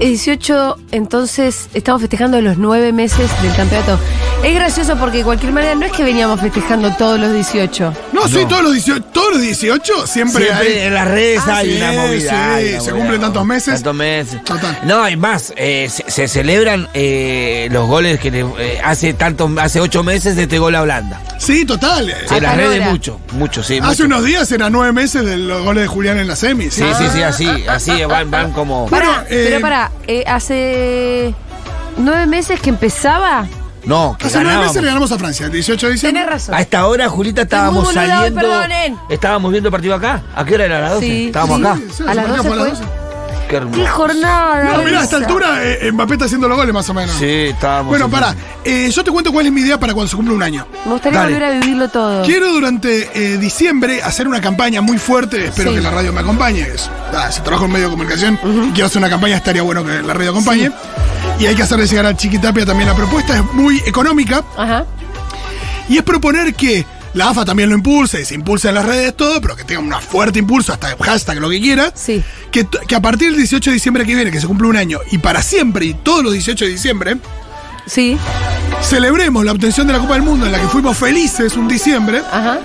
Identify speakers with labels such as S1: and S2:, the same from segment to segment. S1: 18, entonces estamos festejando los nueve meses del campeonato. Es gracioso porque de cualquier manera no es que veníamos festejando todos los 18.
S2: No, sí, todos los 18, todos los 18 siempre.
S3: Siempre
S2: hay-
S3: en las redes
S1: Ah,
S3: hay
S2: sí,
S3: una movida.
S2: sí,
S3: hay una
S2: se
S3: movida.
S2: cumplen tantos meses.
S3: Tantos meses.
S2: Total.
S3: No, y más, eh, se, se celebran eh, los goles que le, eh, hace tantos, hace ocho meses de este gol a Holanda.
S2: Sí, total. eh,
S3: Sí, las
S1: Atanora.
S3: redes mucho, mucho, sí.
S2: Hace
S3: mucho.
S2: unos días eran nueve meses de los goles de Julián en la semi.
S3: Sí, sí,
S2: Ah.
S3: sí, así, así van, van como.
S1: Pará,
S2: Bueno, eh,
S1: pero pará, eh, hace nueve meses que empezaba.
S3: No, que
S2: Hace nueve
S3: ganábamos.
S2: meses le ganamos a Francia, el 18 de diciembre.
S1: Tenés razón.
S3: A esta hora, Julita, estábamos
S1: Ningún boludo,
S3: saliendo.
S1: perdonen.
S3: Estábamos viendo el partido acá. ¿A qué hora era? ¿A las 12?
S1: Sí.
S3: Estábamos
S1: Sí.
S3: acá.
S2: Sí,
S1: A las
S2: se marcó
S1: 12
S2: por las
S1: fue.
S2: 12.
S3: Qué hermoso.
S1: ¡Qué jornada!
S2: No, mirá, a esta
S1: esa!
S2: altura eh, Mbappé está haciendo los goles más o menos.
S3: Sí, estábamos.
S2: Bueno,
S3: en-
S2: pará, eh, yo te cuento cuál es mi idea para cuando se cumple un año.
S1: Me gustaría
S3: Dale.
S1: volver a vivirlo todo.
S2: Quiero durante eh, diciembre hacer una campaña muy fuerte, espero
S1: Sí.
S2: que la radio me acompañe. Es- ah, si trabajo en medio de comunicación y quiero hacer una campaña, estaría bueno que la radio acompañe. Y hay que hacerle llegar a Chiquitapia también la propuesta, es muy económica.
S1: Ajá.
S2: Y es proponer que la AFA también lo impulse, y se impulse en las redes todo, pero que tenga un fuerte impulso, hasta hashtag, lo que quiera.
S1: Sí.
S2: Que, t- que a partir del 18 de diciembre que viene, que se cumple un año, y para siempre, y todos los 18 de diciembre,
S1: Sí.
S2: celebremos la obtención de la Copa del Mundo en la que fuimos felices un diciembre,
S1: Ajá.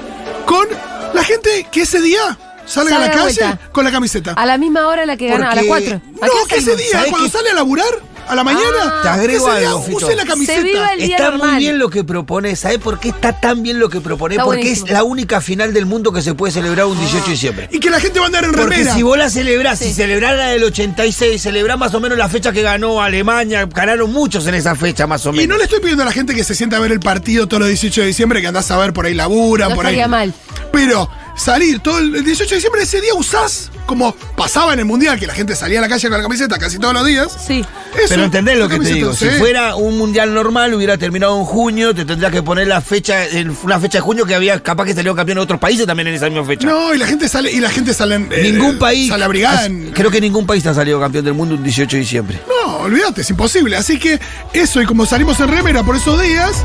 S2: con la gente que ese día salga
S1: Salga
S2: a la
S1: de
S2: calle
S1: vuelta.
S2: con la camiseta.
S1: A la misma hora a la que gana, a las
S3: Porque-
S1: 4.
S2: No, que ese día,
S3: ¿Sabés
S2: cuando
S3: qué?
S2: sale a laburar, a la mañana,
S3: Te agrego
S2: que ese día
S3: algo, Fito.
S2: use la camiseta.
S1: Ah. Se viva el día
S3: Está
S1: normal.
S3: muy bien lo que propones. ¿Sabes por qué está tan bien lo que propones?
S1: Está
S3: Porque
S1: buenísimo.
S3: es la única final del mundo que se puede celebrar un 18 de diciembre.
S2: Y que la gente va a andar en
S3: Porque
S2: remera.
S3: si vos la celebrás,
S1: Sí.
S3: si celebrás la del 86, celebrás más o menos la fecha que ganó Alemania, ganaron muchos en esa fecha más o menos.
S2: Y no le estoy pidiendo a la gente que se sienta a ver el partido todos los 18 de diciembre, que andás a ver por ahí labura,
S1: No
S2: por
S1: estaría
S2: ahí.
S1: mal.
S2: Pero salir todo el el 18 de diciembre, ese día usás, como pasaba en el Mundial, que la gente salía a la calle con la camiseta casi todos los días.
S1: Sí.
S2: Eso,
S3: Pero entendés lo
S2: la
S3: que te
S2: camiseta, ¿eh?
S3: digo. Si
S2: sí.
S3: fuera un mundial normal, hubiera terminado en junio, te tendrías que poner la fecha, en una fecha de junio que había capaz que salió campeón en otros países también en esa misma fecha.
S2: No, y la gente sale, y la gente sale en, eh,
S3: ningún país.
S2: Sale abrigada
S3: as-
S2: en-
S3: Creo que ningún país ha salido campeón del mundo un 18 de diciembre.
S2: No, olvídate, es imposible. Así que eso, y como salimos en remera por esos días,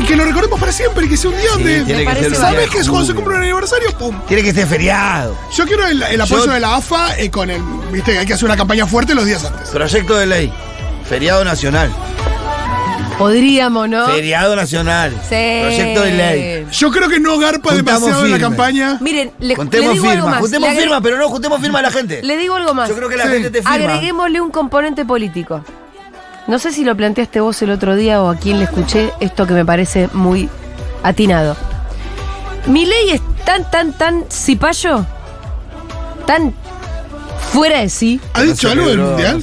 S2: y que lo recordemos para siempre, y que sea un día donde.
S3: tiene
S1: parece
S3: que ser un día de
S2: ¿Sabes que es cuando se
S3: junio.
S2: cumple un aniversario? ¡Pum!
S3: Tiene que ser feriado.
S2: Yo quiero el, el apoyo
S3: Yo-
S2: de la AFA eh, con el. Viste, hay que hacer una campaña fuerte los días antes.
S3: Proyecto de ley. Feriado nacional.
S1: Podríamos, ¿no?
S3: Feriado nacional. Proyecto de ley.
S2: Yo creo que no garpa
S3: Juntamos
S2: demasiado en la
S3: firme.
S2: campaña.
S1: Miren, le, le
S3: Juntemos
S1: digo algo
S3: firmas.
S1: más.
S3: Juntemos
S1: le, agre-
S3: firmas, pero no juntemos firmas a la gente.
S1: le digo algo más.
S3: Yo creo que la
S2: Sí.
S3: gente te firma.
S1: Agreguémosle un componente político. No sé si lo planteaste vos el otro día o a quién le escuché esto que me parece muy atinado. Mi ley es tan, tan, tan cipayo, tan fuera de sí.
S2: ¿Ha dicho algo del mundial?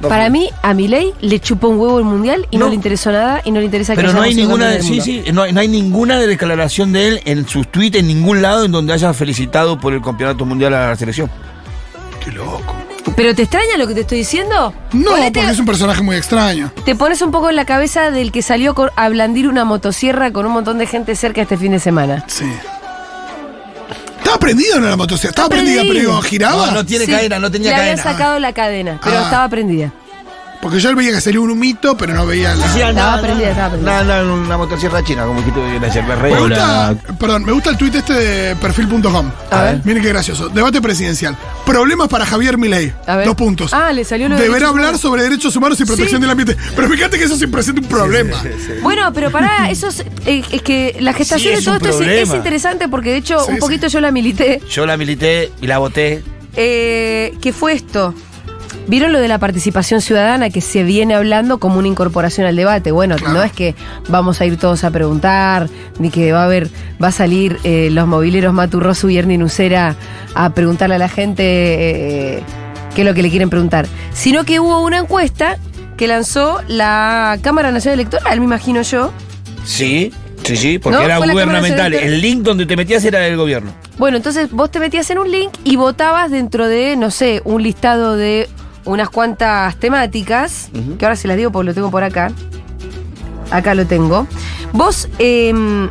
S1: Para mí, a mi ley le chupó un huevo el mundial y no,
S3: No.
S1: le interesó nada y no le interesa que
S3: Pero no
S1: hayamos
S3: hay
S1: sido
S3: ninguna
S1: campeones del
S3: sí,
S1: mundo.
S3: sí, no, hay- no hay ninguna declaración de él en sus tweets en ningún lado en donde haya felicitado por el campeonato mundial a la selección.
S2: Qué loco.
S1: ¿Pero te extraña lo que te estoy diciendo?
S2: No,
S1: Ponete-
S2: porque es un personaje muy extraño.
S1: Te pones un poco en la cabeza del que salió con- a blandir una motosierra con un montón de gente cerca este fin de semana.
S2: Sí. Estaba prendida en la motocicleta. Estaba prendida, pero
S1: prendido.
S2: digo, giraba.
S3: No, no tiene
S1: Sí,
S3: cadena, no tenía
S1: le
S3: cadena.
S1: había sacado la cadena, pero
S2: Ah.
S1: estaba prendida.
S2: Porque yo veía que salía un humito, pero no veía la.
S3: Sí,
S1: Estaba prendida, estaba prendida.
S3: Nada, nada, una motosierra china, como dijiste bien ayer, la
S2: Me
S3: regla.
S2: gusta, perdón, me gusta el tuit este de perfil.com.
S1: A ver.
S2: Eh, Miren qué gracioso. Debate presidencial. Problemas para Javier Milei.
S1: A ver.
S2: Dos puntos.
S1: Ah, le salió lo de
S2: Deberá
S1: derechos
S2: hablar
S1: humanos.
S2: sobre derechos humanos y protección
S1: Sí.
S2: del ambiente. Pero fíjate que eso siempre presenta un problema.
S1: Bueno, pero pará, eso es, eh, es que la gestación
S3: Sí, es
S1: de todo
S3: un
S1: esto es- es,
S3: problema.
S1: interesante porque de hecho
S2: Sí,
S1: un poquito yo la milité,
S3: Yo la milité y la voté.
S1: eh, que fue esto. ¿Vieron lo de la participación ciudadana que se viene hablando como una incorporación al debate? Bueno,
S2: Claro.
S1: no es que vamos a ir todos a preguntar, ni que va a haber, va a salir eh, los mobileros Maturrosu y Ernie Nucera a preguntarle a la gente eh, qué es lo que le quieren preguntar. Sino que hubo una encuesta que lanzó la Cámara Nacional Electoral, me imagino yo.
S3: Sí, sí, sí, porque
S1: No,
S3: era
S1: fue la Cámara
S3: gubernamental.
S1: Nacional de-
S3: El link donde te metías era del gobierno.
S1: Bueno, entonces vos te metías en un link y votabas dentro de, no sé, un listado de unas cuantas temáticas, que ahora se las digo porque lo tengo por acá. Acá lo tengo. Vos em,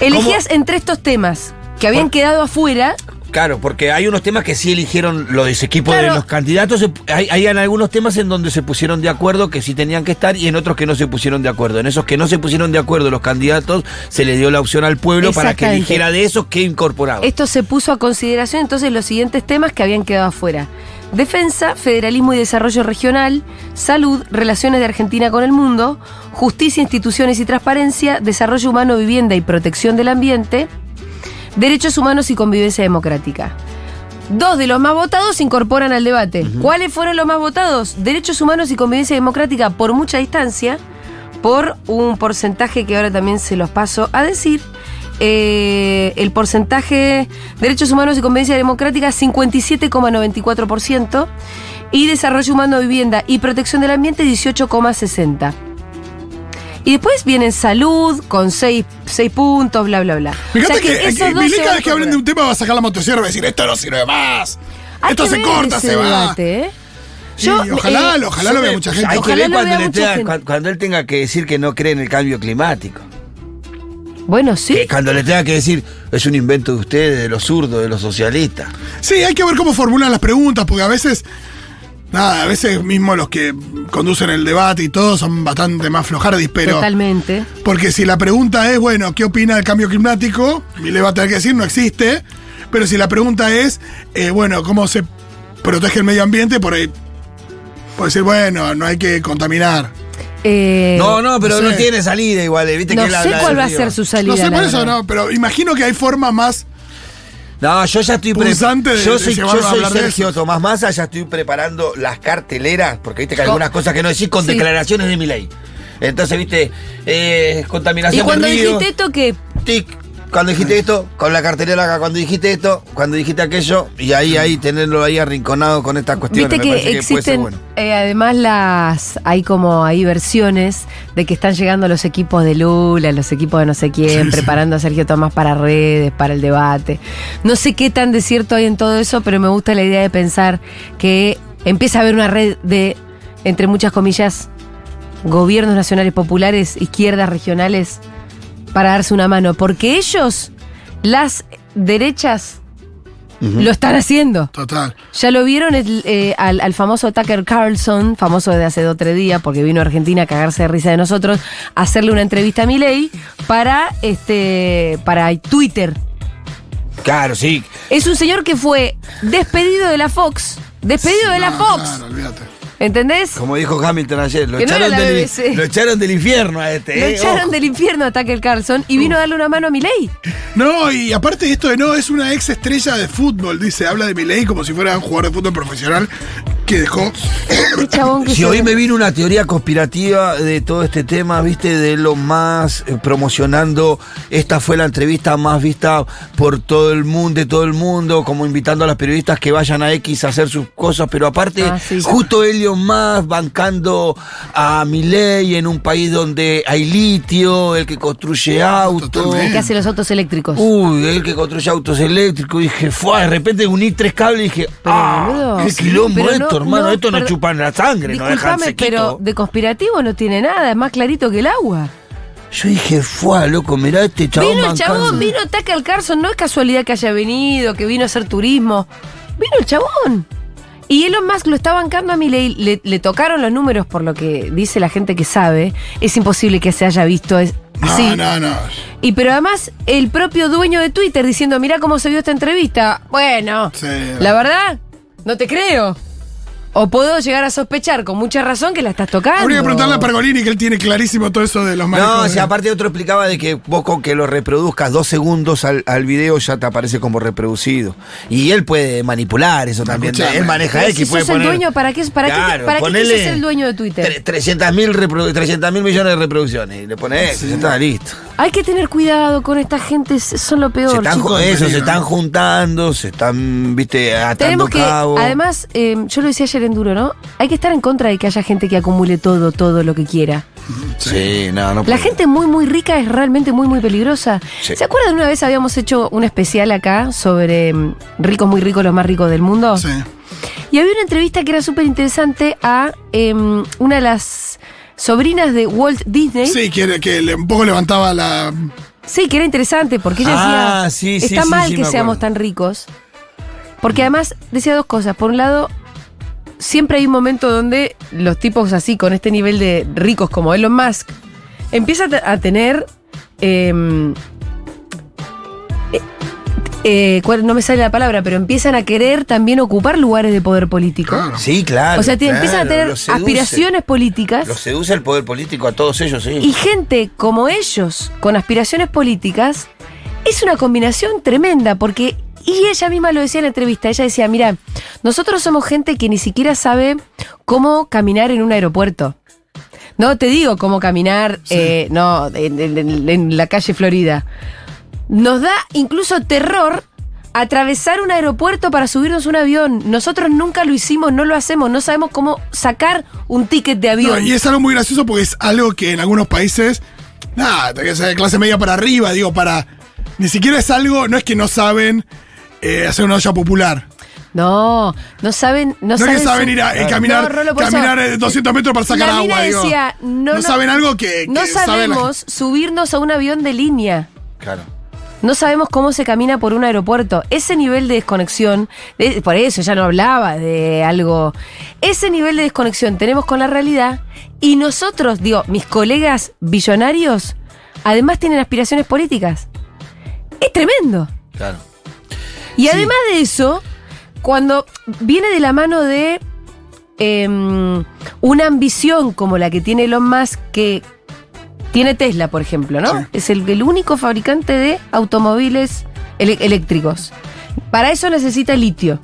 S1: elegías entre estos temas que habían
S3: Por-
S1: quedado afuera.
S3: Claro, porque hay unos temas que sí eligieron los equipos de
S1: Claro.
S3: los candidatos. se- Hay, hay en algunos temas en donde se pusieron de acuerdo que sí tenían que estar y en otros que no se pusieron de acuerdo. En esos que no se pusieron de acuerdo los candidatos, se le dio la opción al pueblo para que
S1: Exactamente.
S3: eligiera de esos que incorporaba.
S1: Esto se puso a consideración entonces los siguientes temas que habían quedado afuera. Defensa, Federalismo y Desarrollo Regional, Salud, Relaciones de Argentina con el Mundo, Justicia, Instituciones y Transparencia, Desarrollo Humano, Vivienda y Protección del Ambiente, Derechos Humanos y Convivencia Democrática. Dos de los más votados se incorporan al debate. ¿Cuáles fueron los más votados? Derechos Humanos y Convivencia Democrática por mucha distancia, por un porcentaje que ahora también se los paso a decir. Eh, el porcentaje Derechos Humanos y Convivencia Democrática 57,94% y Desarrollo Humano, Vivienda y Protección del Ambiente 18,60%. Y después vienen salud con 6 puntos, bla, bla, bla.
S2: Me encanta
S1: O sea
S2: que, eh, que,
S1: esos dos se
S2: Milei cada
S1: van
S2: vez que hablen de
S1: contra-
S2: un tema va a sacar la motosierra y va a decir, esto no sirve más.
S1: Hay
S2: esto
S1: que
S2: se
S1: ver
S2: corta,
S1: ese
S2: se va.
S1: debate, ¿eh?
S2: Sí,
S1: Yo,
S2: ojalá,
S1: eh,
S2: lo- ojalá lo vea mucha gente.
S3: Hay que
S1: Ojalá
S3: ver
S1: lo
S3: cuando,
S1: vea
S3: le
S1: mucha
S3: tenga-
S1: gente.
S3: cuan- cuando él tenga que decir que no cree en el cambio climático.
S1: Bueno, sí.
S3: Que cuando le tenga que decir, es un invento de ustedes, de los zurdos, de los socialistas.
S2: Sí, hay que ver cómo formulan las preguntas, porque a veces, nada, a veces mismo los que conducen el debate y todo son bastante más flojardis, pero.
S1: Totalmente.
S2: Porque si la pregunta es, bueno, ¿qué opina del cambio climático? Y le va a tener que decir, no existe. Pero si la pregunta es, eh, bueno, ¿cómo se protege el medio ambiente? Por ahí. Puede decir, bueno, no hay que contaminar.
S1: Eh,
S3: no, no, pero
S2: no
S3: no,
S2: sé.
S3: tiene salida igual. eh, ¿viste
S1: no
S3: que la-
S1: sé
S3: la-
S1: cuál va a
S3: digo.
S1: ser su salida.
S2: no sé
S1: la
S2: por eso,
S1: verdad.
S2: no, pero imagino que hay formas más.
S3: No, yo ya estoy pre-
S2: Punzante de-
S3: Yo
S2: de
S3: soy, yo
S2: llevarlo a
S3: soy
S2: hablar de
S3: Sergio
S2: eso.
S3: Tomás Massa, ya estoy preparando las carteleras, porque viste que hay
S1: Con-
S3: algunas cosas que no decís con
S1: Sí.
S3: declaraciones de mi ley. Entonces, viste, eh,
S1: Y
S3: contaminación
S1: cuando
S3: de río,
S1: dijiste esto, ¿qué?
S3: tic, cuando dijiste esto, con la cartelera acá, cuando dijiste esto, cuando dijiste aquello, y ahí, ahí, tenerlo ahí arrinconado con estas cuestiones.
S1: Viste
S3: me
S1: que
S3: parece puede ser
S1: existen
S3: bueno.
S1: eh, además las hay como hay versiones de que están llegando los equipos de Lula, los equipos de no sé quién, preparando a Sergio Tomás para redes, para el debate. No sé qué tan desierto hay en todo eso, pero me gusta la idea de pensar que empieza a haber una red de entre muchas comillas gobiernos nacionales populares, izquierdas regionales para darse una mano, porque ellos las derechas lo están haciendo.
S2: Total.
S1: Ya lo vieron el, eh, al, al famoso Tucker Carlson, famoso desde hace dos o tres días, porque vino a Argentina a cagarse de risa de nosotros, a hacerle una entrevista a Milei para este para Twitter.
S3: Claro, sí.
S1: Es un señor que fue despedido de la Fox. Despedido de la
S2: No,
S1: Fox.
S2: Claro, olvídate.
S1: ¿Entendés?
S3: Como dijo Hamilton ayer, lo,
S1: Que no era
S3: echaron,
S1: la
S3: del,
S1: BBC.
S3: lo echaron del infierno a este.
S1: Lo
S3: eh,
S1: echaron
S3: ojo.
S1: del infierno a Tucker Carlson y vino a darle una mano a Milei.
S2: No, y aparte de esto de no, es una ex estrella de fútbol, dice, habla de Milei como si fuera un jugador de fútbol profesional que dejó.
S1: Qué chabón que
S3: Si
S1: se-
S3: hoy me vino una teoría conspirativa de todo este tema, viste, de lo más eh, promocionando, esta fue la entrevista más vista por todo el mundo, de todo el mundo, como invitando a los periodistas que vayan a X a hacer sus cosas, pero aparte,
S1: Ah, sí.
S3: justo Elio más bancando a Milei en un país donde hay litio, el que construye autos.
S2: Totalmente.
S1: El que hace los autos eléctricos.
S3: Uy, el que construye autos eléctricos, dije, fue, de repente uní tres cables y dije,
S1: Pero,
S3: ah,
S1: boludo,
S3: qué
S1: sí,
S3: quilombo
S1: pero
S3: esto,
S1: no-
S3: hermano,
S1: no,
S3: esto no
S1: pero-
S3: chupan la sangre, no dejan
S1: Disculpame,
S3: sequito.
S1: pero de conspirativo no tiene nada, es más clarito que el agua.
S3: Yo dije, fue, loco, mirá este chabón
S1: Vino el
S3: bancando.
S1: chabón, vino Tucker Carlson, no es casualidad que haya venido, que vino a hacer turismo. Vino el chabón. Y Elon Musk lo está bancando a Milei, le, le tocaron los números por lo que dice la gente que sabe. Es imposible que se haya visto es-
S3: Ah,
S2: No,
S1: así.
S2: no, no.
S1: Y pero además el propio dueño de Twitter diciendo, mirá cómo se vio esta entrevista. Bueno,
S2: Sí.
S1: la verdad, no te creo. O puedo llegar a sospechar con mucha razón que la estás tocando.
S2: Habría que preguntarle a Pergolini que él tiene clarísimo todo eso de los manejos
S3: No, o
S2: de-
S3: sea, aparte otro explicaba de que vos con que lo reproduzcas dos segundos al, al video ya te aparece como reproducido. Y él puede manipular eso también.
S2: Escuchame.
S3: Él maneja
S1: Pero
S3: X,
S1: si
S3: puede
S1: sos el
S3: poner-
S1: dueño, ¿para qué- para qué te- para qué te
S3: ponele
S1: sos el dueño de Twitter?
S3: tre- 300 mil reprodu- 300 mil millones de reproducciones. Y le pones eso, ya está listo.
S1: Hay que tener cuidado con esta gente, s- son lo
S3: Se
S1: peor.
S3: están,
S1: chicos.
S3: ju- eso, se
S2: peligro.
S3: están juntando, se están, viste, atando
S1: Tenemos que,
S3: cabos.
S1: además, eh, yo lo decía ayer en Duro, ¿no? Hay que estar en contra de que haya gente que acumule todo, todo lo que quiera.
S3: Sí, no, no
S1: La
S3: puede.
S1: gente muy, muy rica es realmente muy, muy peligrosa.
S3: Sí.
S1: ¿Se acuerdan una vez habíamos hecho un especial acá sobre mm, ricos, muy ricos, los más ricos del mundo?
S2: Sí.
S1: Y había una entrevista que era súper interesante a em, una de las sobrinas de Walt Disney.
S2: Sí, que, que le- un poco levantaba la.
S1: Sí, que era interesante, porque ella
S3: Ah,
S1: decía,
S3: sí, sí,
S1: está
S3: sí,
S1: mal
S3: sí,
S1: que
S3: me
S1: seamos
S3: acuerdo.
S1: tan ricos. Porque además decía dos cosas. Por un lado, siempre hay un momento donde los tipos así, con este nivel de ricos como Elon Musk, empiezan a te- a tener... em, eh, eh, cuál- no me sale la palabra, pero empiezan a querer también ocupar lugares de poder político.
S2: Claro.
S3: Sí, claro.
S1: o sea, te
S3: claro,
S1: empiezan a tener
S3: los seduce.
S1: aspiraciones políticas.
S3: Los seduce el poder político a todos ellos, sí.
S1: Y gente como ellos, con aspiraciones políticas, es una combinación tremenda, porque, y ella misma lo decía en la entrevista, ella decía, mira, nosotros somos gente que ni siquiera sabe cómo caminar en un aeropuerto. No te digo cómo caminar, eh, no, en, en- en la calle Florida. Nos da incluso terror atravesar un aeropuerto para subirnos a un avión. Nosotros nunca lo hicimos, no lo hacemos, no sabemos cómo sacar un ticket de avión.
S2: No, y es algo muy gracioso porque es algo que en algunos países, nada, tenés que ser de clase media para arriba, digo, para. Ni siquiera es algo, no es que no saben eh, hacer una olla popular.
S1: No, no saben, no,
S2: No, es
S1: saben.
S2: que saben
S1: su-
S2: ir a eh, caminar,
S1: No, Rolo, por
S2: caminar
S1: eso-
S2: eh, 200 metros para sacar
S1: La mina
S2: agua. digo.
S1: decía, no, no-
S2: saben algo que. que
S1: No
S2: saben la-
S1: sabemos subirnos a un avión de línea.
S3: Claro.
S1: No sabemos cómo se camina por un aeropuerto. Ese nivel de desconexión, de- por eso ya no hablaba de algo. Ese nivel de desconexión tenemos con la realidad y nosotros, digo, mis colegas billonarios, además tienen aspiraciones políticas. Es tremendo.
S3: Claro.
S1: Y además de eso, cuando viene de la mano de em, una ambición como la que tiene Elon Musk, que tiene Tesla, por ejemplo, ¿no?
S2: Sí.
S1: Es el, el único fabricante de automóviles ele- eléctricos. Para eso necesita litio.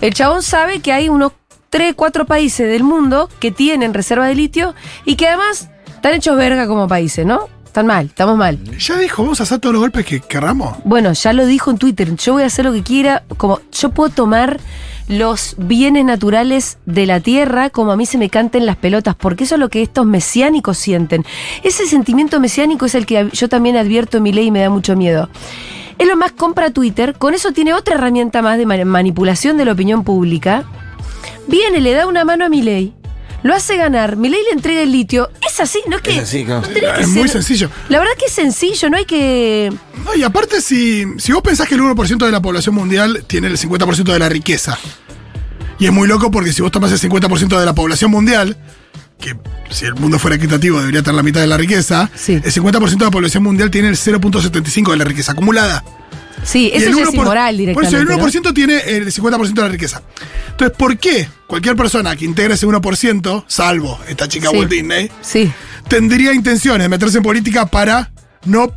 S1: El chabón sabe que hay unos 3, 4 países del mundo que tienen reserva de litio y que además están hechos verga como países, ¿no? Están mal, estamos mal.
S2: Ya dijo, vamos a hacer todos los golpes que querramos.
S1: Bueno, ya lo dijo en Twitter, yo voy a hacer lo que quiera, como yo puedo tomar los bienes naturales de la tierra como a mí se me canten las pelotas, porque eso es lo que estos mesiánicos sienten. Ese sentimiento mesiánico es el que yo también advierto en mi ley y me da mucho miedo. Elon Musk compra Twitter, con eso tiene otra herramienta más de ma- manipulación de la opinión pública. Viene, le da una mano a Milei, lo hace ganar, Milei le entrega el litio. Es así, no es que.
S3: Es así, claro.
S1: no tenés que
S2: Es muy
S1: ser-
S2: sencillo.
S1: La verdad que es sencillo, no hay que.
S2: No, y aparte, si, si vos pensás que el 1% de la población mundial tiene el 50% de la riqueza, y es muy loco porque si vos tomás el 50% de la población mundial, que si el mundo fuera equitativo debería tener la mitad de la riqueza,
S1: Sí.
S2: el 50% de la población mundial tiene el 0.75% de la riqueza acumulada.
S1: Sí, eso
S2: Y el
S1: ya es
S2: 1%,
S1: inmoral directamente.
S2: Por eso el
S1: ¿no?
S2: 1% tiene el 50% de la riqueza. Entonces, ¿por qué cualquier persona que integra ese 1%, salvo esta chica
S1: Sí.
S2: Walt Disney,
S1: Sí,
S2: tendría intenciones de meterse en política para no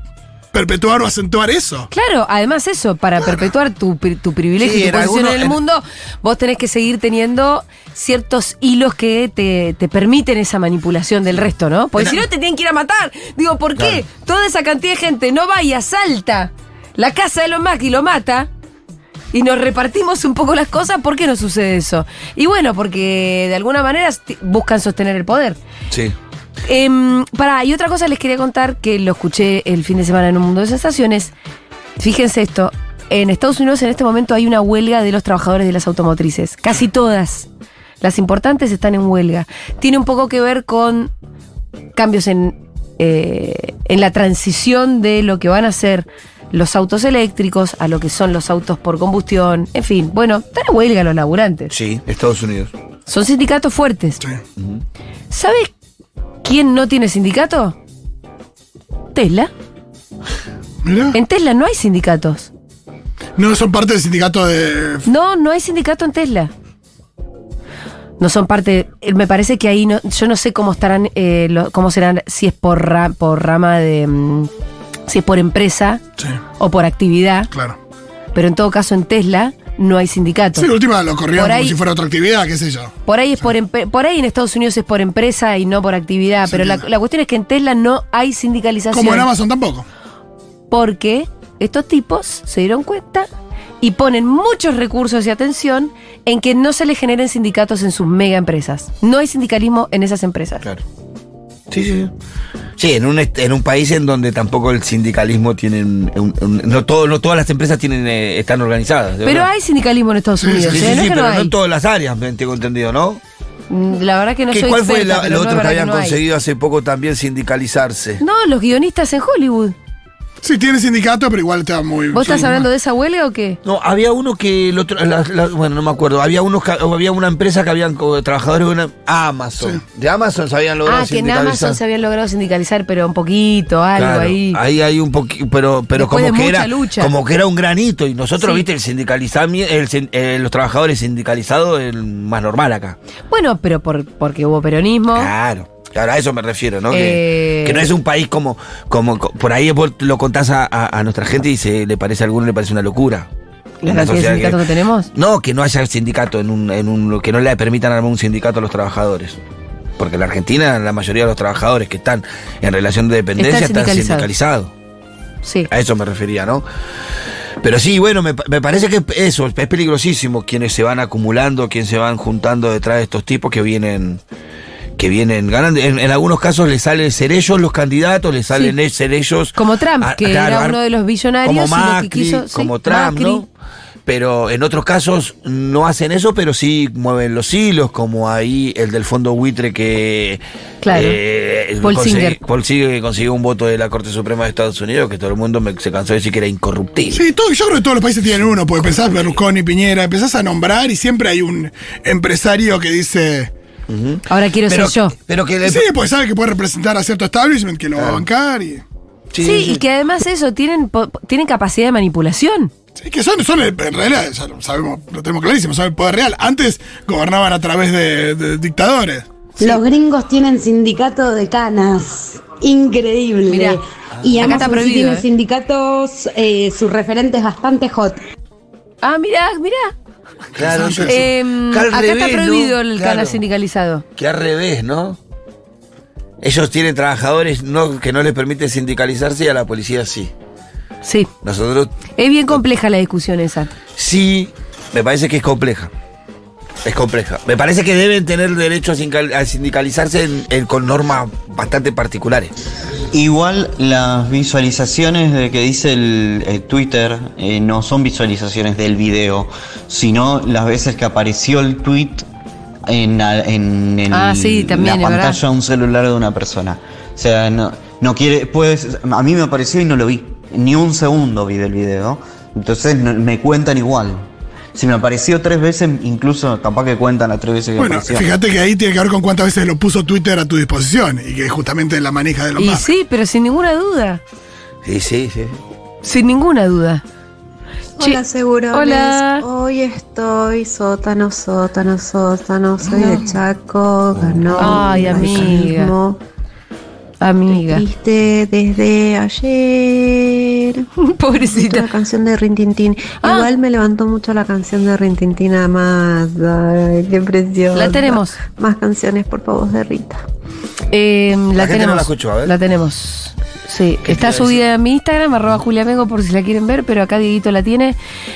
S2: perpetuar o acentuar eso?
S1: claro, además eso, para perpetuar tu, pri- tu privilegio
S3: Sí,
S1: y tu
S3: en
S1: posición en
S3: algunos-
S1: el
S3: en-
S1: mundo, vos tenés que seguir teniendo ciertos hilos que te, te permiten esa manipulación del resto, ¿no? Porque si no te tienen que ir a matar. Digo, ¿por qué toda esa cantidad de gente no va y asalta la casa de los Mac y lo mata? Y nos repartimos un poco las cosas, ¿por qué no sucede eso? Y bueno, porque de alguna manera sti- buscan sostener el poder.
S3: Sí.
S1: Em, pará, y otra cosa les quería contar que lo escuché el fin de semana en un mundo de sensaciones. Fíjense esto. En Estados Unidos en este momento hay una huelga de los trabajadores de las automotrices. Casi todas. Las importantes están en huelga. Tiene un poco que ver con cambios en, eh, en la transición de lo que van a ser los autos eléctricos a lo que son los autos por combustión. En fin, bueno, están en huelga los laburantes.
S3: Sí, Estados Unidos.
S1: Son sindicatos fuertes.
S2: Sí.
S1: ¿Sabes quién no tiene sindicato? Tesla.
S2: Mirá.
S1: En Tesla no hay sindicatos.
S2: No son parte del sindicato de.
S1: No, no hay sindicato en Tesla. No son parte. eh, Me parece que ahí no, yo no sé cómo estarán, eh, lo- cómo serán, si es por, ra- por rama de. mm, si es por empresa
S2: Sí,
S1: o por actividad.
S2: claro.
S1: Pero en todo caso, en Tesla no hay sindicato.
S2: Sí, la última lo corrieron
S1: Por
S2: como
S1: ahí-
S2: si fuera otra actividad, qué sé yo.
S1: Por ahí, es por, empe- por ahí en Estados Unidos es por empresa y no por actividad.
S2: Se
S1: pero la,
S2: entiende.
S1: la cuestión es que en Tesla no hay sindicalización.
S2: Como en Amazon tampoco.
S1: porque estos tipos se dieron cuenta y ponen muchos recursos y atención en que no se les generen sindicatos en sus mega empresas. No hay sindicalismo en esas empresas.
S3: Claro. Sí, sí, sí. Sí, en un, est- en un país en donde tampoco el sindicalismo tiene. un- un- un- no, todo, no todas las empresas tienen eh, están organizadas. de
S1: Pero
S3: verdad.
S1: hay sindicalismo en Estados
S2: Sí, sí,
S1: Unidos,
S3: Sí,
S1: ¿eh?
S3: sí,
S1: no es
S3: sí,
S1: que no
S3: pero no
S1: hay.
S3: en todas las áreas, me tengo entendido, ¿no?
S1: Mm, La verdad que no
S3: ¿Qué-
S1: soy
S3: ¿Cuál fue
S1: experta,
S3: la-
S1: pero
S3: lo
S1: no,
S3: otro
S1: la
S3: que
S1: verdad
S3: habían
S1: no hay.
S3: conseguido hace poco también sindicalizarse?
S1: No, los guionistas en Hollywood.
S2: Sí, tiene sindicato, pero igual está muy.
S1: ¿Vos estás
S2: sí,
S1: hablando de esa huelga o qué?
S3: No, había uno que el otro, la- la- bueno, no me acuerdo. Había unos, ca- había una empresa que habían co- trabajadores de una Amazon. De Amazon se habían logrado
S1: Ah, que en Amazon
S3: sindicalizar.
S1: se habían logrado sindicalizar, pero un poquito, algo
S3: Claro,
S1: ahí.
S3: hay un poquito, pero, pero
S1: Después
S3: como
S1: de
S3: que
S1: mucha
S3: era
S1: lucha.
S3: como que era un granito y nosotros,
S1: Sí.
S3: viste, el sindicalizamiento, el, sin- eh, los trabajadores sindicalizados, el más normal acá.
S1: Bueno, pero por, porque hubo peronismo.
S3: Claro. Claro, a eso me refiero, ¿no? Que,
S1: Eh.
S3: que no es un país como, como co- por ahí vos lo contás a, a- a nuestra gente y se le parece a alguno le parece una locura.
S1: La
S3: En
S1: cantidad de
S3: la sociedad
S1: sindicatos que tenemos.
S3: No, que no haya sindicato en un, en un que no le permitan armar un sindicato a los trabajadores. Porque en la Argentina la mayoría de los trabajadores que están en relación de dependencia
S1: Están
S3: están
S1: sindicalizados.
S3: sindicalizados.
S1: Sí.
S3: A eso me refería, ¿no? Pero sí, bueno, me, pa- me parece que eso es peligrosísimo quienes se van acumulando, quienes se van juntando detrás de estos tipos que vienen que vienen ganando. En, en algunos casos les sale ser ellos los candidatos, les salen
S1: Sí.
S3: ser ellos
S1: Como Trump, que era
S3: ar-
S1: uno de los billonarios
S3: como
S1: y lo que
S3: Macri,
S1: quiso- sí,
S3: como Trump, ¿no?
S1: Macri.
S3: Pero en otros casos no hacen eso, pero sí mueven los hilos, como ahí el del fondo buitre que
S1: Claro.
S3: eh,
S1: Paul
S3: consigue-
S1: Singer.
S3: Paul Singer consiguió un voto de la Corte Suprema de Estados Unidos que todo el mundo me- se cansó de decir que era incorruptible.
S2: Sí, todo, yo creo que todos los países tienen uno, porque pensás Berlusconi, Piñera, empezás a nombrar y siempre hay un empresario que dice.
S1: Ahora quiero ser yo.
S3: pero que le-
S2: Sí, pues sabe que puede representar a cierto establishment que lo va a bancar y.
S1: Sí, y que además eso, tienen, po- tienen capacidad de manipulación.
S2: Sí, que son, son en realidad, ya lo sabemos, lo tenemos clarísimo, son el poder real. Antes gobernaban a través de, de dictadores.
S4: Los gringos tienen sindicato de canas. Increíble.
S1: Mirá,
S4: y
S1: acá está
S4: Amazon sí
S1: prohibido,
S4: tiene
S1: eh.
S4: sindicatos, eh, sus referentes bastante hot.
S1: Ah, mirá, mirá.
S3: Claro,
S2: Sí, sí, sí.
S1: Em,
S3: Que al
S1: acá está
S3: revés, ¿no?
S1: prohibido el
S3: Claro.
S1: canal sindicalizado.
S3: que al revés, ¿no? Ellos tienen trabajadores no, que no les permite sindicalizarse y a la policía sí.
S1: Sí.
S3: Nosotros
S1: Es bien compleja la discusión esa.
S3: Sí, me parece que es compleja. Es compleja. Me parece que deben tener derecho a, sindical- a sindicalizarse en- en- con normas bastante particulares.
S5: Igual las visualizaciones de que dice el, el Twitter eh, no son visualizaciones del video, sino las veces que apareció el tweet en, la- en- en
S1: Ah, sí, también, es
S5: la
S1: verdad.
S5: pantalla de un celular de una persona. O sea, no, no quiere, pues a mí me apareció y no lo vi, ni un segundo vi del video, entonces no- me cuentan igual. Si me apareció tres veces, incluso capaz que cuentan las tres veces que
S2: Bueno,
S5: apareció.
S2: fíjate que ahí tiene que ver con cuántas veces lo puso Twitter a tu disposición y que es justamente la manija de los
S1: Y
S2: más.
S1: sí, pero sin ninguna duda.
S3: Sí, sí, sí.
S1: Sin ninguna duda. Che,
S6: Hola, seguro.
S1: Hola.
S6: Hoy estoy sótano, sótano, sótano. Soy de Chaco. Ganó.
S1: Ah. Ay,
S6: el
S1: amiga.
S6: mecanismo.
S1: Amiga.
S6: Triste desde ayer. La
S1: Pobrecita.
S6: canción de Rintintín.
S1: Ah.
S6: Igual me levantó mucho la canción de Rintintín, nada más. Ay, qué preciosa.
S1: La tenemos.
S6: Más canciones, por favor, de Rita.
S1: Eh, la,
S3: La gente no
S1: tenemos.
S3: la escuchó, a ver.
S1: La tenemos. Sí,
S3: ¿Qué te iba
S1: está
S3: a
S1: subida en mi Instagram, arroba juliamengo por si la quieren ver, pero acá Dieguito la tiene.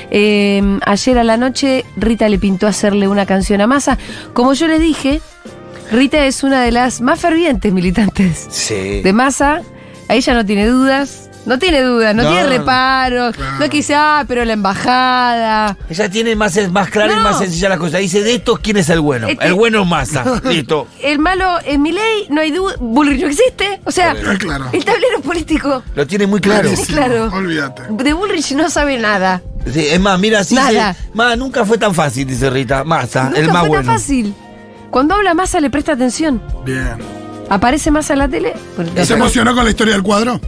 S1: Eh, ayer a la noche Rita le pintó hacerle una canción a Massa. Como yo les dije, Rita es una de las más fervientes militantes
S3: Sí.
S1: de Massa. A ella no tiene dudas, no tiene dudas, no,
S3: No,
S1: tiene
S3: no, no.
S1: reparos, no quise, ah, pero la embajada.
S3: Ella tiene más, es más clara y
S1: No.
S3: más sencilla las cosas. Dice, de estos, ¿quién es el bueno?
S1: Este-
S3: El bueno es Massa. Listo.
S1: El malo es mi ley, no hay duda, Bullrich no existe. O sea,
S2: Ah, claro.
S1: el tablero político
S3: Lo tiene muy claro.
S1: Sí, claro.
S2: Olvídate.
S1: De Bullrich no sabe nada.
S3: Sí, es más, mira, sí.
S1: Nada.
S3: se- más, nunca fue tan fácil, dice Rita. Massa,
S1: Nunca
S3: el más
S1: fue
S3: bueno.
S1: tan fácil. Cuando habla Massa le presta atención.
S2: Bien.
S1: ¿Aparece Massa en la tele?
S2: ¿Se emocionó con la historia del cuadro?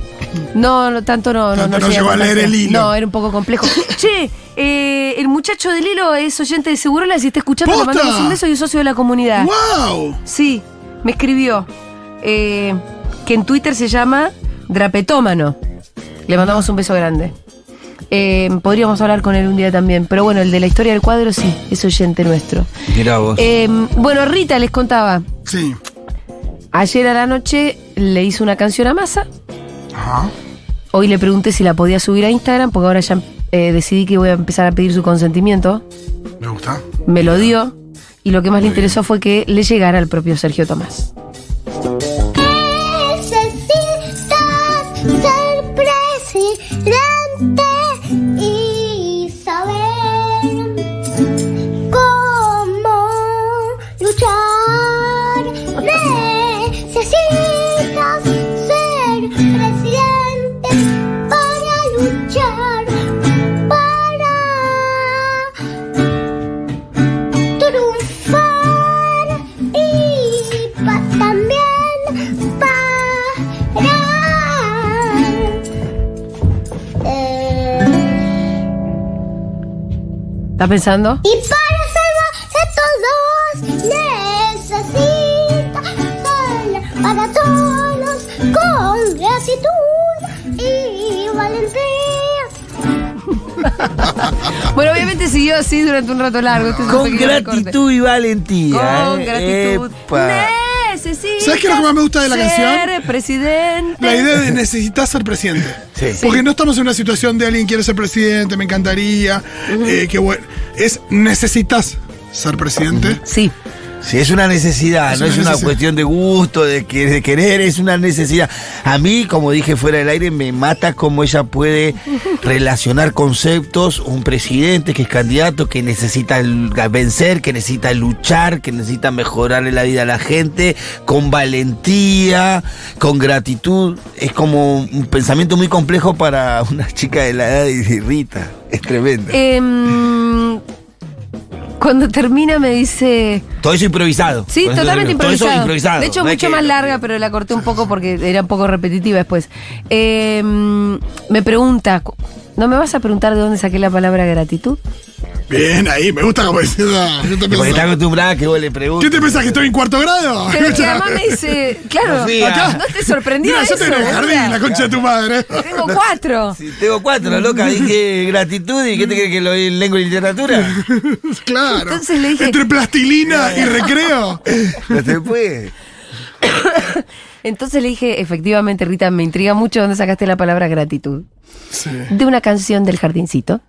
S1: No, no, tanto no.
S2: Tanto no
S1: llegué
S2: llegó a
S1: contar.
S2: leer el hilo.
S1: No, era un poco complejo. che, eh, el muchacho del hilo es oyente de Segurola. Si está escuchando, le
S2: ¡Posta!
S1: mandamos un beso y es socio de la comunidad.
S2: ¡Wow!
S1: Sí, me escribió. eh, que en Twitter se llama Drapetómano. Le mandamos un beso grande. Eh, podríamos hablar con él un día también. Pero bueno, el de la historia del cuadro sí, es oyente nuestro.
S3: Mira vos.
S1: Eh, bueno, Rita les contaba.
S2: Sí.
S1: Ayer a la noche le hizo una canción a Massa.
S2: Ajá.
S1: Hoy le pregunté si la podía subir a Instagram, porque ahora ya eh, decidí que voy a empezar a pedir su consentimiento.
S2: Me gusta.
S1: Me lo dio. Y lo que más le interesó fue que le llegara al propio Sergio Tomás.
S7: Necesitas ser presidente y saber cómo luchar. Necesitas ser presidente para
S1: ¿Estás pensando?
S7: Eh, Y para salvarse todos necesita sol para todos con gratitud y valentía.
S1: Bueno, obviamente siguió así durante un rato largo. Este es un
S3: Ah. Con
S1: pequeño recorte.
S3: gratitud y valentía.
S1: Con
S3: ¿eh?
S1: gratitud.
S3: Epa.
S1: Necesita
S2: ¿Sabes qué es lo que más me gusta de la
S1: ser
S2: canción?
S1: presidente.
S2: La idea de necesitas ser presidente.
S3: Sí.
S2: Porque no estamos en una situación de alguien quiere ser presidente, me encantaría, eh, qué bueno. Es necesitas ser presidente.
S1: Sí.
S3: Sí, es una necesidad,
S2: Es
S3: no
S2: una
S3: es una
S2: necesidad.
S3: cuestión de gusto, de, que- de querer, es una necesidad. A mí, como dije fuera del aire, me mata cómo ella puede relacionar conceptos, un presidente que es candidato, que necesita l- vencer, que necesita luchar, que necesita mejorarle la vida a la gente, con valentía, con gratitud. Es como un pensamiento muy complejo para una chica de la edad de Rita. Es tremendo.
S1: Eh, Em, cuando termina me dice.
S3: Todo eso improvisado.
S1: Sí,
S2: Pues,
S3: Por eso
S1: totalmente
S3: digo, todo eso
S1: improvisado.
S3: improvisado.
S1: De hecho,
S3: No es
S1: mucho
S3: que-
S1: más larga, pero la corté un poco porque era un poco repetitiva después. Em, me pregunta, cu- ¿no me vas a preguntar de dónde saqué la palabra gratitud?
S2: Bien, ahí, me gusta como decís. ah, ¿qué te
S3: Y Porque está
S2: pensás?
S3: acostumbrada que vos le preguntes.
S2: ¿Qué te pensás que estoy en cuarto grado?
S1: Pero que además me dice, claro,
S3: Sofía.
S1: no te sorprendió
S2: Mira,
S1: eso.
S2: yo te en el jardín, la
S1: boluda?
S2: concha de tu madre.
S1: Tengo cuatro.
S3: Si tengo cuatro, loca, dije gratitud y ¿qué te crees que lo di en lengua y literatura?
S2: claro.
S1: Entonces le dije-
S2: Entre plastilina y recreo.
S3: No se puede.
S1: Entonces le dije, efectivamente, Rita, me intriga mucho dónde sacaste la palabra gratitud.
S2: Sí.
S1: De una canción del jardincito.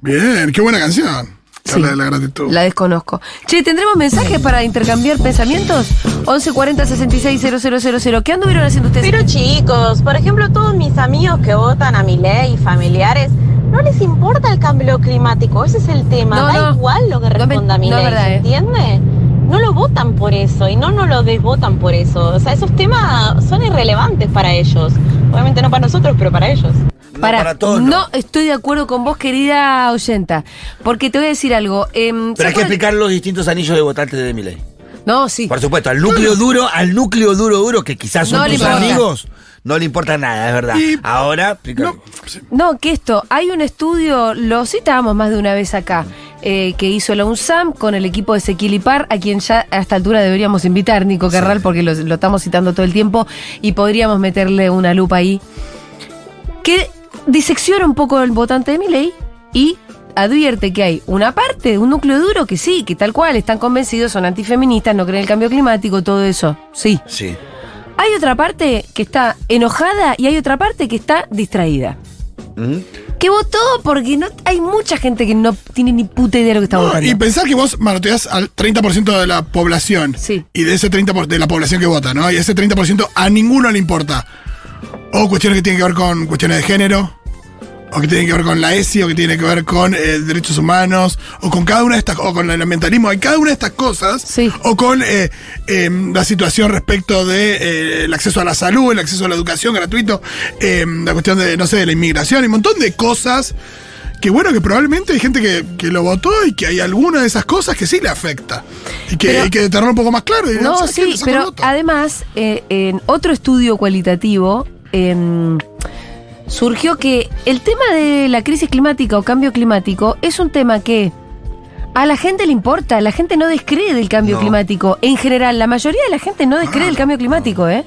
S2: Bien, qué buena canción.
S1: Sí.
S2: Habla de la gratitud.
S1: La desconozco. Che, ¿tendremos mensajes para intercambiar pensamientos? 1140 000. ¿Qué anduvieron haciendo ustedes?
S8: Pero chicos, por ejemplo, todos mis amigos que votan a mi ley, familiares, no les importa el cambio climático, ese es el tema.
S1: No,
S8: da
S1: no.
S8: igual lo que
S1: No me-
S8: responda mi
S1: no es
S8: ley,
S1: verdad, eh.
S8: ¿entiende? No lo votan por eso y no, no lo desvotan por eso. O sea, esos temas son irrelevantes para ellos. Obviamente no para nosotros, pero para ellos.
S3: No,
S1: Pará,
S3: para todos.
S1: No.
S3: No.
S1: estoy de acuerdo con vos, querida oyenta. Porque te voy a decir algo. em, ¿se
S3: Pero hay que
S1: acuerdan-
S3: explicar los distintos anillos de votantes de Milei.
S1: No, sí.
S3: Por supuesto, al núcleo duro, al núcleo duro, duro, que quizás son
S1: No le
S3: tus
S1: importa.
S3: amigos, no le importa nada, es verdad.
S2: Y-
S3: Ahora, explícalo.
S2: No,
S1: No, que esto, hay un estudio, lo citábamos más de una vez acá, eh, que hizo la UNSAM con el equipo de Sequilipar, a quien ya a esta altura deberíamos invitar, Nico Carral, porque lo, lo estamos citando todo el tiempo y podríamos meterle una lupa ahí, que disecciona un poco el votante de Milei y advierte que hay una parte, un núcleo duro que sí, que tal cual, están convencidos, son antifeministas, no creen en el cambio climático, todo eso, sí.
S3: Sí.
S1: Hay otra parte que está enojada y hay otra parte que está distraída
S3: ¿Mm?
S1: que votó porque no hay mucha gente que no tiene ni puta idea de lo que está
S2: No,
S1: votando.
S2: y pensar que vos manoteás al 30% de la población.
S1: Sí.
S2: Y de ese 30% de la población que vota, ¿no? Y ese 30% a ninguno le importa. O cuestiones que tienen que ver con cuestiones de género, o que tienen que ver con la ESI, o que tienen que ver con eh, derechos humanos, o con cada una de estas, o con el ambientalismo, hay cada una de estas cosas,
S1: Sí.
S2: o con eh, eh, la situación respecto de eh, el acceso a la salud, el acceso a la educación gratuito, eh, la cuestión de, no sé, de la inmigración, y un montón de cosas que bueno, que probablemente hay gente que, que lo votó y que hay alguna de esas cosas que sí le afecta. Y que
S1: Pero-
S2: hay que tenerlo un poco más claro. y,
S1: no,
S2: ¿sabes qué?
S1: sí,
S2: Le saco el
S1: pero
S2: voto.
S1: además, eh, en otro estudio cualitativo, em, surgió que el tema de la crisis climática o cambio climático es un tema que a la gente le importa, la gente no descree del cambio
S3: No.
S1: climático. En general, la mayoría de la gente no descree del cambio climático, ¿eh?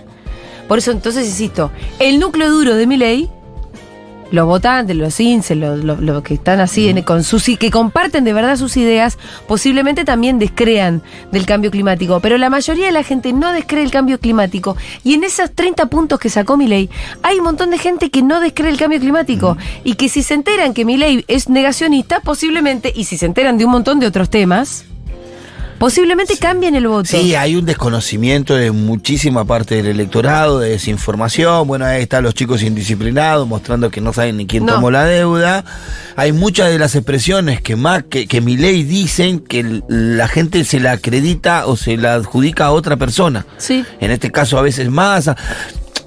S1: Por eso, entonces, insisto, el núcleo duro de mi ley, los votantes, los incels, los, los- los que están así en- con sus i- que comparten de verdad sus ideas, posiblemente también descrean del cambio climático. Pero la mayoría de la gente no descree el cambio climático. Y en esos 30 puntos que sacó Milei, hay un montón de gente que no descree el cambio climático. Y que si se enteran que Milei es negacionista, posiblemente, y si se enteran de un montón de otros temas, posiblemente cambien el voto.
S3: Sí, hay un desconocimiento de muchísima parte del electorado, de desinformación. Bueno, ahí están los chicos indisciplinados mostrando que no saben ni quién
S1: No.
S3: tomó la deuda. Hay muchas de las expresiones que más que, que Milei dicen que l- la gente se la acredita o se la adjudica a otra persona.
S1: Sí.
S3: En este caso a veces más.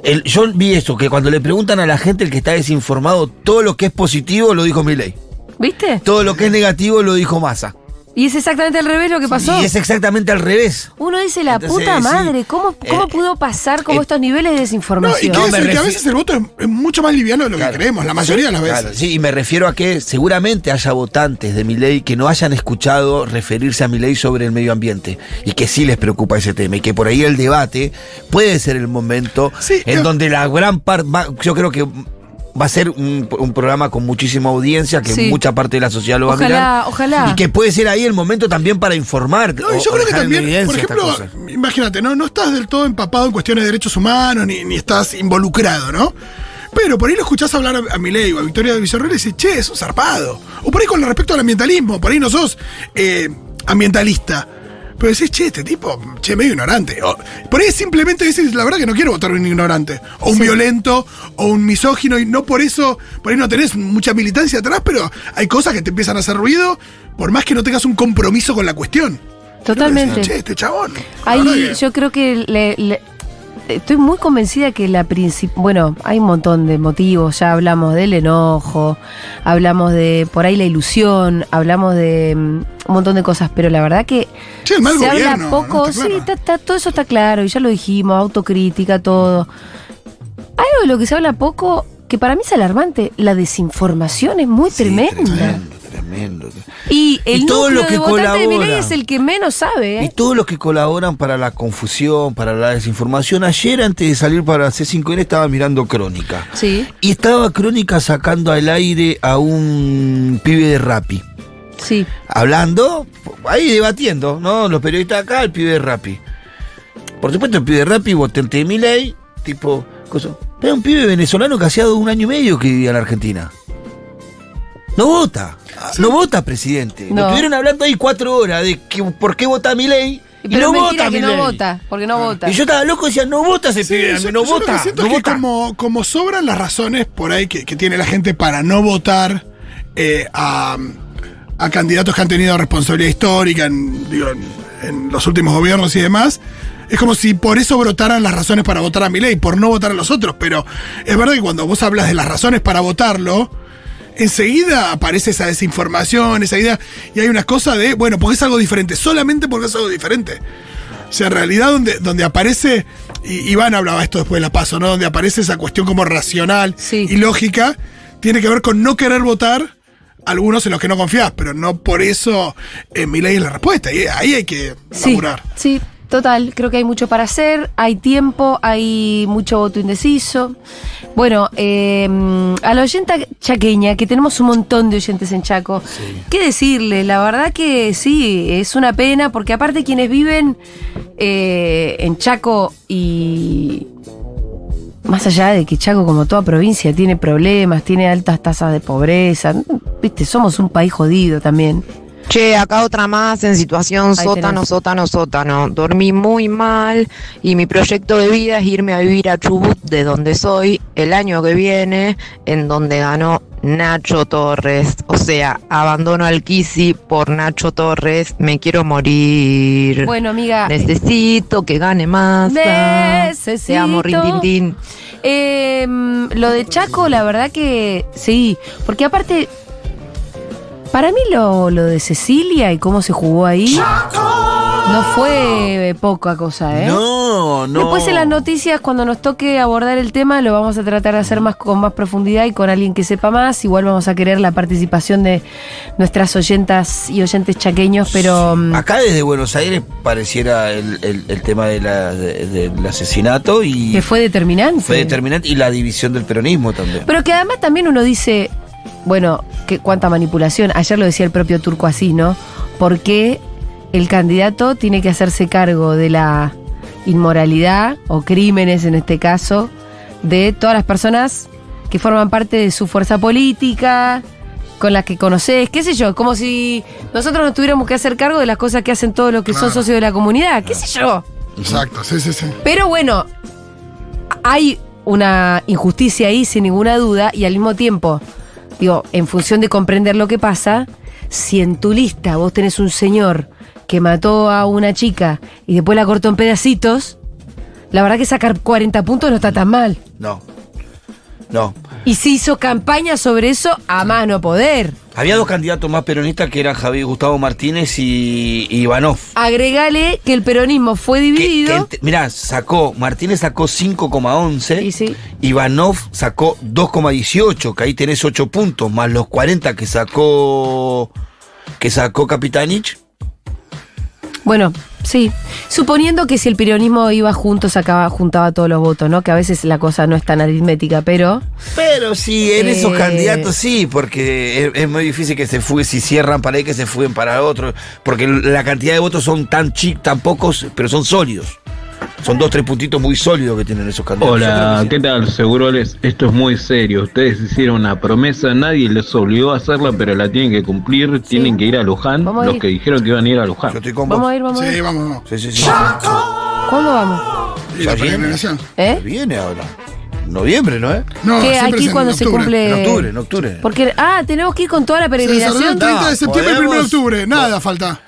S3: El- yo vi eso, que cuando le preguntan a la gente el que está desinformado, todo lo que es positivo lo dijo Milei.
S1: ¿Viste?
S3: Todo lo que es negativo lo dijo Massa.
S1: Y Y es exactamente al revés lo que pasó.
S3: Y es exactamente al revés.
S1: Uno dice, la
S3: Entonces,
S1: puta
S3: sí.
S1: madre, ¿cómo, cómo
S3: Eh,
S1: pudo pasar como
S3: eh,
S1: estos niveles de
S2: No, y
S1: desinformación?
S2: quiere
S3: me
S2: decir que a
S3: refi-
S2: veces el voto es, es mucho más liviano de lo que
S3: Claro.
S2: creemos, la mayoría de las veces.
S3: Claro, sí, y me refiero a que seguramente haya votantes de mi ley que no hayan escuchado referirse a mi ley sobre el medio ambiente y que sí les preocupa ese tema y que por ahí el debate puede ser el momento
S2: Sí,
S3: en
S2: yo-
S3: donde la gran parte, yo creo que va a ser un, un programa con muchísima audiencia que
S1: Sí.
S3: mucha parte de la sociedad lo va
S1: Ojalá,
S3: a mirar
S1: ojalá.
S3: y que puede ser ahí el momento también para informar.
S2: No,
S3: o-
S2: y yo
S3: o
S2: creo que
S3: dejar en
S2: también, por
S3: evidencia esta
S2: ejemplo,
S3: cosa.
S2: imagínate, ¿no? no estás del todo empapado en cuestiones de derechos humanos, ni, ni estás involucrado, ¿no? Pero por ahí lo escuchás hablar a, a Milei o a Victoria de Villarreal y decís, che, es un zarpado. O por ahí con respecto al ambientalismo, por ahí no sos eh, ambientalista. Pero decís, che, este tipo, che, medio ignorante. O, por ahí simplemente decís, la verdad que no quiero votar a un ignorante. O un violento, o un misógino, y no por eso, por ahí no tenés mucha militancia atrás, pero hay cosas que te empiezan a hacer ruido, por más que no tengas un compromiso con la cuestión.
S1: Totalmente.
S2: Che, este chabón. La verdad
S1: Ahí
S2: que-
S1: yo creo que le- le- estoy muy convencida que la princip bueno, hay un montón de motivos, ya hablamos del enojo, hablamos de por ahí la ilusión, hablamos de mm, un montón de cosas, pero la verdad que
S2: Che, el mal
S1: se
S2: gobierno,
S1: habla poco,
S2: ¿no? Está
S1: sí,
S2: claro.
S1: está- está- todo eso está claro, y ya lo dijimos, autocrítica, todo. Algo de lo que se habla poco, que para mí es alarmante, la desinformación es muy
S3: Sí,
S1: tremenda.
S3: Tremendo, tremendo.
S1: Y el
S3: Y todo
S1: núcleo
S3: lo que
S1: de votantes de Milei
S3: colabora.
S1: es el que menos sabe, ¿eh?
S3: Y todos los que colaboran para la confusión, para la desinformación. Ayer, antes de salir para C5N, estaba mirando Crónica.
S1: Sí,
S3: Y estaba Crónica sacando al aire a un pibe de Rappi.
S1: sí.
S3: Hablando, ahí debatiendo, ¿no? Los periodistas acá, el pibe de Rappi. Por supuesto, el pibe de Rappi, votante de Milei, tipo, cosa. Pero un pibe venezolano que hacía un año y medio que vivía en la Argentina. No vota.
S2: Ah,
S3: No vota, presidente.
S1: No.
S3: Lo estuvieron hablando ahí cuatro horas de que, por qué vota Milei. Y
S1: Pero
S3: no
S1: es mentira
S3: vota
S1: que
S3: Milei.
S1: no vota, porque no vota.
S3: Y yo estaba loco y decía, no vota ese
S2: Sí,
S3: pibe,
S2: yo-
S3: no
S2: yo lo que
S3: vota.
S2: siento
S3: no
S2: es que
S3: vota.
S2: Como, como sobran las razones por ahí que, que tiene la gente para no votar eh, a, a candidatos que han tenido responsabilidad histórica en, digo, en- en los últimos gobiernos y demás. Es como si por eso brotaran las razones para votar a Milei, por no votar a los otros. Pero es verdad que cuando vos hablas de las razones para votarlo, enseguida aparece esa desinformación, esa idea. Y hay una cosa de, bueno, porque es algo diferente, solamente porque es algo diferente. O sea, en realidad donde, donde aparece, y Iván hablaba esto después de la paso, ¿no? Donde aparece esa cuestión como racional
S1: Sí.
S2: y lógica, tiene que ver con no querer votar a algunos en los que no confías, pero no por eso en mi ley es la respuesta. Y ahí hay que
S1: sí,
S2: laburar.
S1: sí, total. Creo que hay mucho para hacer, hay tiempo, hay mucho voto indeciso. Bueno, eh, a la oyenta chaqueña, que tenemos un montón de oyentes en Chaco, ¿qué decirle? La verdad que sí, es una pena, porque aparte quienes viven eh, en Chaco y más allá de que Chaco, como toda provincia, tiene problemas, tiene altas tasas de pobreza, viste, somos un país jodido también.
S9: Che, acá otra más en situación
S1: Ahí
S9: sótano,
S1: tenés.
S9: sótano, sótano. Dormí muy mal y mi proyecto de vida es irme a vivir a Chubut, de donde soy, el año que viene, en donde ganó Nacho Torres. O sea, abandono al Kisi por Nacho Torres, me quiero morir.
S1: Bueno, amiga,
S9: Necesito que gane más. Te amo,
S1: Necesito.
S9: Rintintín.
S1: Eh, mm, lo de Chaco, la verdad que sí, porque aparte, para mí lo, lo de Cecilia y cómo se jugó ahí, no fue eh, poca cosa, ¿eh?
S3: No, no.
S1: Después en las noticias, cuando nos toque abordar el tema, lo vamos a tratar de hacer más con más profundidad y con alguien que sepa más. Igual vamos a querer la participación de nuestras oyentas y oyentes chaqueños, pero... mm,
S3: Acá desde Buenos Aires pareciera el, el- el tema de la- de- del asesinato y
S1: Que fue determinante.
S3: fue determinante y la división del peronismo también.
S1: Pero que además también uno dice, bueno, que cuánta manipulación. Ayer lo decía el propio Turco así, ¿no? ¿Por qué el candidato tiene que hacerse cargo de la inmoralidad o crímenes en este caso de todas las personas que forman parte de su fuerza política, con las que conoces, qué sé yo, como si nosotros nos tuviéramos que hacer cargo de las cosas que hacen todos los que son
S2: Claro.
S1: socios de la comunidad, qué sé yo.
S2: Exacto, sí, sí, sí.
S1: Pero bueno, hay una injusticia ahí, sin ninguna duda, y al mismo tiempo, digo, en función de comprender lo que pasa, si en tu lista vos tenés un señor que mató a una chica y después la cortó en pedacitos, la verdad que sacar 40 puntos no está tan mal.
S3: No. No.
S1: Y se hizo campaña sobre eso a más no poder.
S3: Había dos candidatos más peronistas que eran Javier Gustavo Martínez y, y Ivanov.
S1: Agregale que el peronismo fue
S3: Que- que
S1: dividido.
S3: ent- mirá, sacó, Martínez sacó 5,11,
S1: Y sí.
S3: Ivanov sacó 2,18, que ahí tenés 8 puntos, más los 40 que sacó que sacó Capitanich.
S1: Bueno, sí. Suponiendo que si el peronismo iba junto, sacaba, juntaba todos los votos, ¿no? Que a veces la cosa no es tan aritmética, pero.
S3: Pero sí, en esos
S1: Eh.
S3: candidatos sí, porque es, es muy difícil que se fue, si cierran para ahí, que se fuguen para otro, porque la cantidad de votos son tan chicos, tan pocos, pero son sólidos. Son dos, tres puntitos muy sólidos que tienen esos candidatos.
S10: Hola,
S3: Yo creo que
S10: ¿qué
S3: sí.
S10: tal, Seguroles? Esto es muy serio. Ustedes hicieron una promesa, nadie les obligó a hacerla, pero la tienen que cumplir. Tienen que ir a Luján,
S1: Vamos a
S10: los
S1: ir.
S10: que dijeron que iban a ir a Luján.
S3: Yo estoy con
S1: Vamos
S3: vos.
S1: a ir, vamos a
S2: Sí,
S1: ir.
S2: vamos, vamos.
S3: Sí, sí, sí.
S1: ¿Cuándo vamos?
S2: Y la pregeneración.
S1: ¿Eh?
S3: Viene ahora. Noviembre, ¿no? Eh?
S2: No,
S1: que
S2: siempre es
S1: aquí
S2: en
S1: cuando se
S2: octubre.
S1: cumple.
S3: En octubre, en octubre.
S1: Porque, ah, tenemos que ir con toda la
S2: Se desarrolla
S1: peregrinación. Ah.
S2: el 30 de septiembre y 1 de
S3: Podemos-
S2: octubre. Nada falta.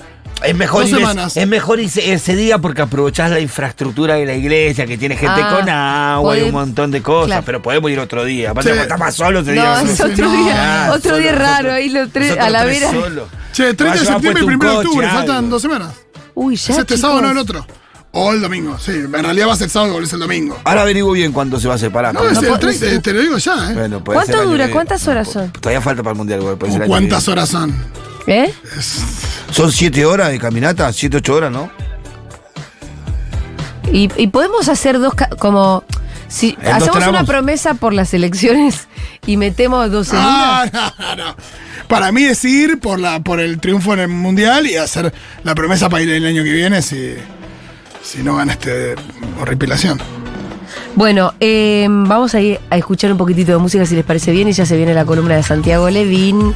S3: Es mejor,
S2: Dos
S3: ir es-
S2: semanas.
S3: es mejor ir ese, ese día porque aprovechás la infraestructura de la iglesia, que tiene gente
S1: Ah,
S3: con agua y
S1: podemos-
S3: un montón de cosas,
S1: claro.
S3: pero podemos ir otro día. Aparte,
S2: Sí.
S3: cuando estás más solo, te
S1: No,
S3: digas,
S1: es
S2: sí,
S1: otro
S2: no.
S1: día,
S3: Ah,
S1: otro
S3: solo
S1: día
S3: nosotros-
S1: raro, ahí los tres
S3: nosotros
S1: a la
S3: tres
S1: vera.
S3: solos.
S2: Che, 30 de
S3: Vaya,
S2: septiembre
S3: puesto
S2: y
S3: un
S2: 1 de
S3: coche,
S2: octubre.
S3: algo.
S2: Faltan dos semanas.
S1: Uy, ya.
S2: Es este sábado, no
S1: chicos.
S2: el otro. O el domingo. Sí, en realidad va a ser sábado y volvés el domingo.
S3: Ahora averiguo bien cuándo se va a separar.
S2: No, es
S1: no
S2: el
S1: puedo-
S2: 13, te lo digo ya, ¿eh?
S3: Bueno, pues puede ser
S1: ¿Cuánto
S3: año
S1: dura?
S3: que-
S1: ¿Cuántas horas son?
S3: Todavía falta para el mundial, güey, puede ser año que
S2: ¿Cuántas
S3: viene.
S2: horas son?
S1: ¿Eh?
S3: Son siete horas de caminata, siete, ocho horas, ¿no?
S1: Y, y podemos hacer dos, ca- como.
S2: Eh,
S1: Si
S3: En dos
S1: hacemos una
S3: tramos.
S1: promesa por las elecciones y metemos dos en una.
S2: Ah, no, no. Para mí es ir por, la, por el triunfo en el mundial y hacer la promesa para ir el año que viene si, si no gana este horripilación.
S1: Bueno, em, eh, vamos a ir a escuchar un poquitito de música si les parece bien y ya se viene la columna de Santiago Levín.